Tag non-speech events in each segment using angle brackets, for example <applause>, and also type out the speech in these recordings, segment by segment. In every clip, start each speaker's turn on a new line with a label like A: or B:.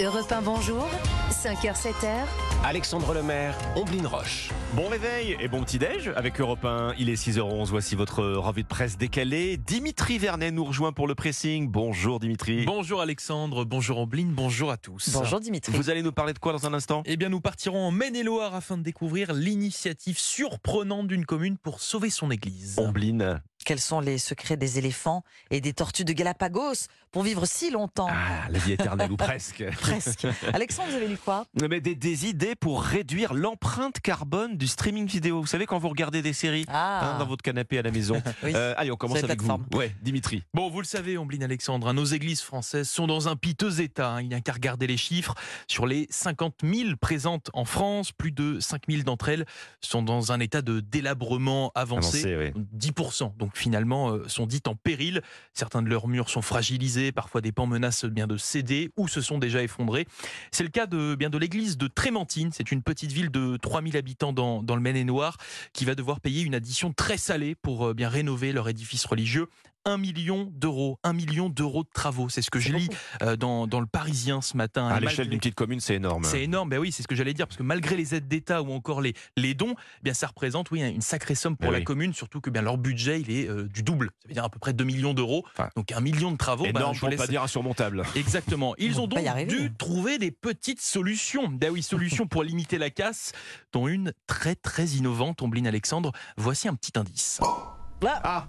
A: Europe 1, bonjour. 5h, 7h.
B: Alexandre Lemaire, Omblin Roche.
C: Bon réveil et bon petit-déj avec Europe 1. Il est 6h11. Voici votre revue de presse décalée. Dimitri Vernet nous rejoint pour le pressing. Bonjour Dimitri.
D: Bonjour Alexandre, bonjour Ambline, bonjour à tous.
E: Bonjour Dimitri.
C: Vous allez nous parler de quoi dans un instant
D: Eh bien, nous partirons en Maine-et-Loire afin de découvrir l'initiative surprenante d'une commune pour sauver son église.
C: Omblin.
E: Quels sont les secrets des éléphants et des tortues de Galapagos pour vivre si longtemps
C: Ah, la vie
D: <laughs>
C: éternelle ou presque.
E: <laughs> Presque. Alexandre, vous avez lu quoi
C: Mais des, des idées pour réduire l'empreinte carbone du streaming vidéo. Vous savez, quand vous regardez des séries
E: Ah,
C: hein, dans votre canapé à la maison.
E: oui.
C: Euh, allez, on commence
E: Sur les
C: avec vous.
E: plateformes.
C: Ouais, Dimitri.
D: Bon, vous le savez, Ambline Alexandre, hein, nos églises françaises sont dans un piteux état. hein. Il n'y a qu'à regarder les chiffres. Sur les 50 000 présentes en France, plus de 5 000 d'entre elles sont dans un état de délabrement avancé.
C: Avancez, ouais.
D: 10%. Donc finalement, euh, sont dites en péril. Certains de leurs murs sont fragilisés, parfois des pans menacent bien de céder ou se sont déjà effondrés. C'est le cas de, bien de l'église de Trémentine. C'est une petite ville de 3000 habitants dans, dans le Maine-et-Noir qui va devoir payer une addition très salée pour euh, bien rénover leur édifice religieux. 1 million d'euros, 1 million d'euros de travaux. C'est ce que je lis euh, dans, dans le Parisien ce matin.
C: À
D: Et
C: l'échelle
D: malgré-
C: d'une petite commune, c'est énorme.
D: c'est énorme, ben oui, c'est ce que j'allais dire, parce que malgré les aides d'État ou encore les, les dons, eh bien ça représente oui, une sacrée somme pour
C: Eh
D: la
C: oui.
D: commune, surtout que bien leur budget il est euh, du double, ça veut dire à peu près 2 millions d'euros,
C: Enfin,
D: donc un million de travaux. ben,
C: énorme
D: je vous
C: pour
D: laisse-
C: pas dire insurmontable.
D: Exactement.
E: Ils
D: Ils
E: vont
D: ont
E: pas y
D: donc
E: arriver,
D: dû
E: hein.
D: trouver des petites solutions. Ben oui, solutions pour limiter la casse, dont une très très innovante, Ombline Alexandre. Voici un petit indice.
C: Ah,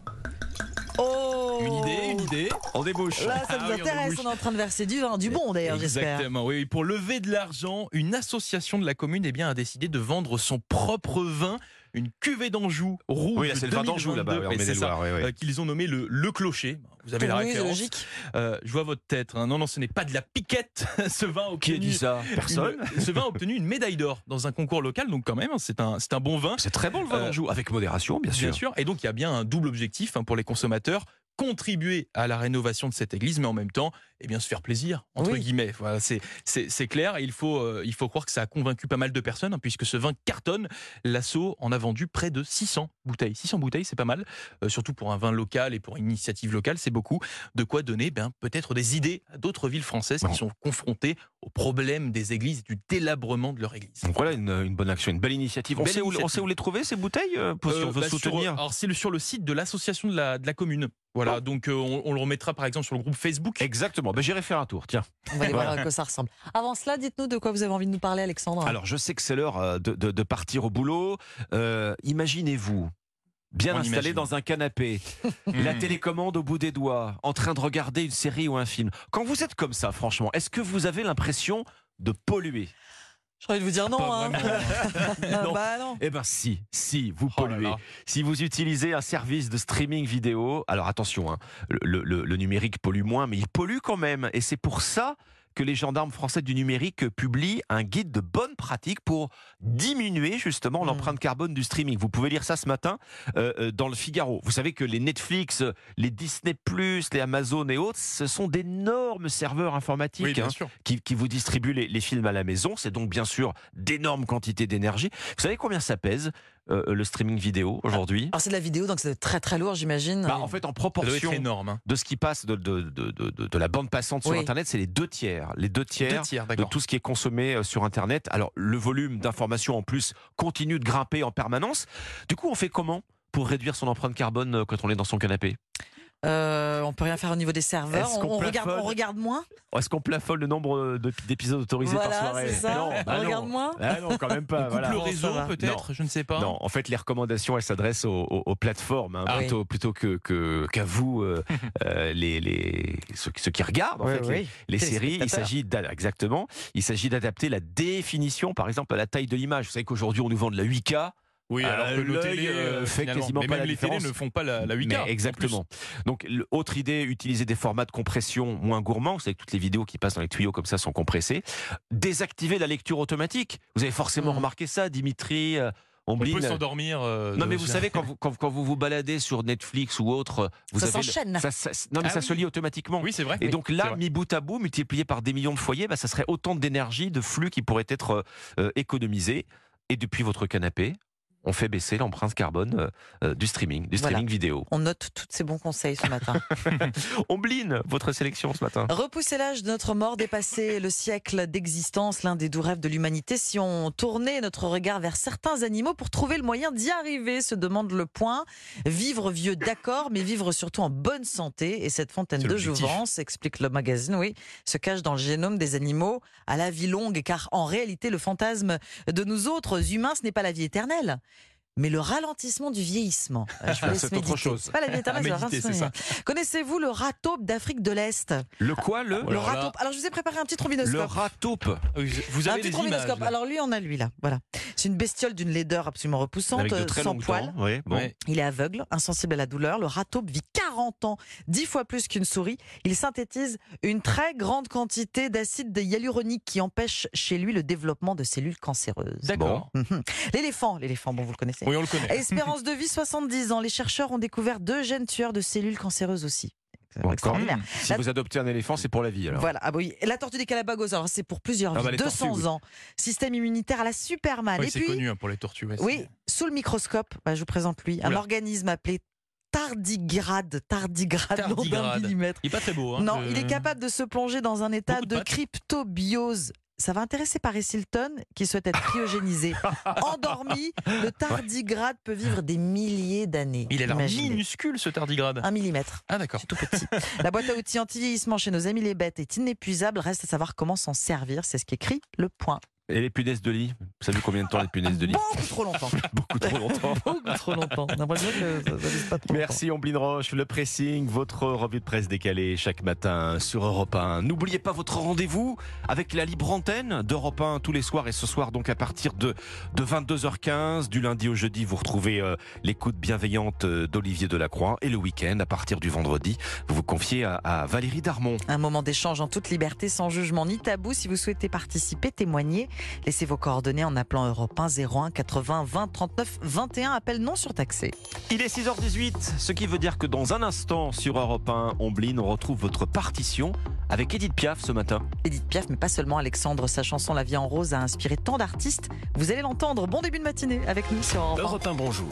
E: Oh
D: idée.
C: on débouche.
E: Là, ça
D: Ah
E: nous
D: oui, on
E: intéresse.
D: débouche.
E: on, est en train de verser du vin, du bon d'ailleurs, j'espère.
D: Exactement, oui. oui. Pour lever de l'argent, une association de la commune eh bien, a décidé de vendre son propre vin, une cuvée d'Anjou rouge.
C: Oui, là, c'est le vin d'Anjou là-bas,
D: 2022,
C: ouais, en
D: mais c'est ça,
C: Maine-et-Loire. ouais, ouais.
D: euh, qu'ils ont nommé le, le clocher. Vous avez la
E: Oui, c'est
D: référence.
E: logique.
D: Euh, je vois votre tête. hein. Non, non, ce n'est pas de la piquette. <laughs> ce vin a
C: Qui a
D: obtenu,
C: dit ça Personne.
D: une- ce vin a obtenu une médaille d'or dans un concours local, donc quand même, hein, c'est un, c'est un bon vin.
C: C'est très bon le vin
D: Euh,
C: d'Anjou, avec modération, bien sûr.
D: Bien sûr. Et donc, il y a bien un double objectif hein, pour les consommateurs contribuer à la rénovation de cette église, mais en même temps, eh bien, se faire plaisir, entre
E: Oui.
D: guillemets. Voilà, c'est- c'est c'est clair. Et il faut, euh, il faut croire que ça a convaincu pas mal de personnes, hein, puisque ce vin cartonne. L'assaut en a vendu près de 600 bouteilles. 600 bouteilles, c'est pas mal, euh, surtout pour un vin local et pour une initiative locale, c'est beaucoup. De quoi donner ben, peut-être des idées à d'autres villes françaises
C: Bon.
D: qui sont confrontées au problème des églises, du délabrement de leur église.
C: Donc voilà une, une bonne action, une belle initiative. On,
D: Belle
C: sait, Où, on
D: initiative.
C: sait où les trouver ces bouteilles euh, pour- si
D: Euh,
C: on veut
D: bah, sur-
C: soutenir.
D: alors c'est le- sur le site de l'association de la, de la commune. Voilà,
C: Oh.
D: donc euh, on, on le remettra par exemple sur le groupe Facebook.
C: Exactement, Ben, j'irai faire un tour, tiens.
E: On va aller voir à quoi ça ressemble. Avant cela, dites-nous de quoi vous avez envie de nous parler, Alexandre.
C: Alors je sais que c'est l'heure euh, de, de- de partir au boulot. Euh, Imaginez-vous, bien
D: On
C: installé
D: imagine.
C: dans un canapé, la
D: Mmh.
C: télécommande au bout des doigts, en train de regarder une série ou un film. Quand vous êtes comme ça, franchement, est-ce que vous avez l'impression de polluer
E: J'ai envie de vous dire non.
D: Pas
E: hein.
D: vraiment,
E: <laughs> Ah,
C: Non.
E: Bah non.
C: Eh ben si, si, vous
D: Oh là
C: polluez.
D: là.
C: Si vous utilisez un service de streaming vidéo, alors attention, hein, le, le- le numérique pollue moins, mais il pollue quand même. Et c'est pour ça que les gendarmes français du numérique publient un guide de bonnes pratiques pour diminuer justement
D: Hmm.
E: Mhm.
C: l'empreinte carbone du streaming. Vous pouvez lire ça ce matin euh, euh, dans le Figaro. Vous savez que les Netflix, les Disney ⁇ les Amazon et autres, ce sont d'énormes serveurs informatiques.
D: Oui, bien
C: hein
D: sûr.
C: qui, qui vous distribue les, les films à la maison. C'est donc bien sûr d'énormes quantités d'énergie. Vous savez combien ça pèse euh, le streaming vidéo aujourd'hui
E: Alors c'est de la vidéo, donc c'est très très lourd, j'imagine.
C: Bah, En fait, en
D: Ah, Ça doit être
C: proportion
D: énorme. hein.
C: de ce qui passe de, de- de- de- de- de la bande passante sur
E: Oui.
C: Internet, c'est les deux tiers. Les deux
D: Deux
C: tiers.
D: tiers,
C: de
D: d'accord.
C: tout ce qui est consommé euh, sur Internet. Alors, le volume d'informations en plus continue de grimper en permanence. Du coup, on fait comment pour réduire son empreinte carbone euh, quand on est dans son canapé
E: Euh, on peut rien faire au niveau des serveurs.
C: Est-ce
E: On,
C: qu'on
E: on regarde, on
C: plafonne
E: regarde moins.
C: Est-ce qu'on plafole le nombre euh, de- d'épisodes autorisés par
E: Voilà,
C: soirée
E: c'est ça.
C: Non, bah
E: on
C: non.
E: regarde moins.
C: Ah non, quand même pas.
D: On coupe
C: voilà.
D: le
E: Bon, ça
D: réseau
E: va.
D: peut-être, je ne sais pas.
C: Non, en fait, les recommandations, elles s'adressent aux, aux- aux plateformes, hein,
E: Ah oui.
C: plutôt, plutôt que, que- qu'à vous,
D: <laughs>
C: euh, euh, les, les- ceux, ceux qui regardent en fait, les- les, séries. Il
E: Téléspectateurs.
C: s'agit d'a- exactement, il s'agit d'adapter la définition, par exemple, à la taille de l'image. Vous savez qu'aujourd'hui, on nous vend de la 8K.
D: Oui,
C: Ah,
D: alors que nos
C: l'œil,
D: télés
C: euh,
D: euh,
C: fait
D: finalement,
C: quasiment
D: mais
C: pas
D: même
C: la
D: les télés
C: différence.
D: ne font pas la, la 8K. en
C: Mais
D: plus.
C: exactement. Donc, l- autre idée, utiliser des formats de compression moins gourmands. Vous savez que toutes les vidéos qui passent dans les tuyaux comme ça sont compressées. Désactiver la lecture automatique. Vous avez forcément
E: Hmm.
C: remarqué ça, Dimitri, euh,
D: On peut
C: Omblin.
D: s'endormir. euh,
C: Non,
D: de-
C: mais vous savez,
D: <laughs>
C: quand vous, quand, quand vous vous baladez sur Netflix ou autre, euh, vous
E: Ça
C: avez le-
E: s'enchaîne.
C: ça- ça- non, mais
D: Ah
C: ça
D: oui.
C: se lie automatiquement.
D: Oui, c'est vrai.
C: Et
D: Oui,
C: donc
D: c'est
C: là,
D: vrai.
C: mis bout à bout, multiplié par des millions de foyers, bah, ça serait autant d'énergie, de flux qui pourraient être euh, euh, économisés. Et depuis votre canapé, on on fait baisser l'empreinte carbone euh, euh, du streaming, du
E: Voilà.
C: streaming vidéo.
E: On note tous ces bons conseils ce matin.
C: Ombline, votre sélection ce matin.
E: Repousser l'âge de notre mort, dépasser le siècle d'existence, l'un des doux rêves de l'humanité. Si on tournait notre regard vers certains animaux pour trouver le moyen d'y arriver, se demande le point. Vivre vieux, d'accord, mais vivre surtout en bonne santé. Et cette fontaine
C: C'est
E: de
C: l'objectif.
E: jouvence, explique le magazine, oui, se cache dans le génome des animaux à la vie longue, car en réalité, le fantasme de nous autres humains, ce n'est pas la vie éternelle. Mais le ralentissement du
D: <laughs>
E: vieillissement. Euh, Je vous laisse
D: C'est autre
E: méditer.
D: chose.
E: C'est Pas la vie éternelle, c'est le
D: À méditer, c'est
E: ralentissement. Connaissez-vous le rat taupe d'afrique de l'Est
C: Le quoi le
D: Oh
E: le
D: là là.
E: rataupe. Alors, je vous ai préparé un petit
C: Le
E: trombinoscope.
C: rat taupe.
D: Vous
E: Un
D: avez
E: petit
D: des images.
E: trombinoscope.
D: là.
E: Alors, lui, on a lui, là. Voilà. C'est une bestiole d'une laideur absolument repoussante,
C: Avec de
E: euh,
C: très
E: sans
C: longs
E: poils.
C: dents, ouais, bon.
D: Ouais.
E: Il est aveugle, insensible à la douleur. Le rataupe vit 40 ans, 10 fois plus qu'une souris. Il synthétise une très grande quantité d'acide hyaluronique qui empêche chez lui le développement de cellules cancéreuses.
D: D'accord.
E: Mhm. L'éléphant, l'éléphant, bon, vous le connaissez.
D: Oui, on le
E: <laughs>
D: connaît.
E: Espérance de vie 70 ans. Les chercheurs ont découvert deux gènes tueurs de cellules cancéreuses aussi. C'est
C: Encore.
E: extraordinaire.
D: Mmh.
C: Si
E: La-
C: vous adoptez un éléphant, c'est pour la vie alors.
E: Voilà, ah bah oui. Et la tortue des Galapagos, alors c'est pour plusieurs
C: Ah bah,
E: vies,
C: les
E: 200
C: tortues, oui.
E: ans, système immunitaire à la Superman.
D: Oui,
E: Et
D: c'est
E: puis,
D: connu hein, pour les tortues. ouais,
E: Ah, oui,
D: c'est-
E: sous le microscope, bah, je vous présente lui, un
D: Oula.
E: organisme appelé tardigrade, tardigrade, non d'un
D: Tardigrade.
E: millimètre.
D: Il est pas très beau. hein,
E: non,
D: le-
E: il est capable de se plonger dans un état
D: Beaucoup de
E: de
D: pattes.
E: cryptobiose. Ça va intéresser Paris Hilton, qui souhaite être
D: <laughs>
E: cryogénisé. Endormi, le tardigrade peut vivre des milliers d'années.
D: Il a l'air
E: Imaginez.
D: minuscule ce tardigrade.
E: Un millimètre.
D: Ah d'accord.
E: C'est tout petit. La boîte à outils anti-vieillissement chez nos amis les bêtes est inépuisable. Reste à savoir comment s'en servir. C'est ce qu'écrit le point.
C: Et les punaises de lit Vous savez combien de temps les punaises
D: <laughs>
C: de lit
E: Beaucoup trop longtemps.
C: Beaucoup trop longtemps.
E: <laughs> Beaucoup trop longtemps. On aimerait bien que ça- ça dure pas trop longtemps.
C: Merci Omblin Roche, le pressing, votre revue de presse décalée chaque matin sur Europe 1. N'oubliez pas votre rendez-vous avec la libre antenne d'Europe 1 tous les soirs et ce soir donc à partir de, de 22h15 du lundi au jeudi vous retrouvez euh, l'écoute bienveillante euh, d'Olivier Delacroix et le week-end à partir du vendredi vous vous confiez à, à Valérie Darmon.
E: Un moment d'échange en toute liberté, sans jugement ni tabou. Si vous souhaitez participer, témoigner, laissez vos coordonnées en appelant Europe 1 01 80 20 39 21. Appel non surtaxé.
C: Il est 6h18, ce qui veut dire que dans un instant sur Europe 1, Omblin, on retrouve votre partition avec Edith Piaf ce matin.
E: Edith Piaf, mais pas seulement Alexandre. Sa chanson La vie en rose a inspiré tant d'artistes. Vous allez l'entendre. Bon début de matinée avec nous sur Europe 1.
B: Europe 1, bonjour.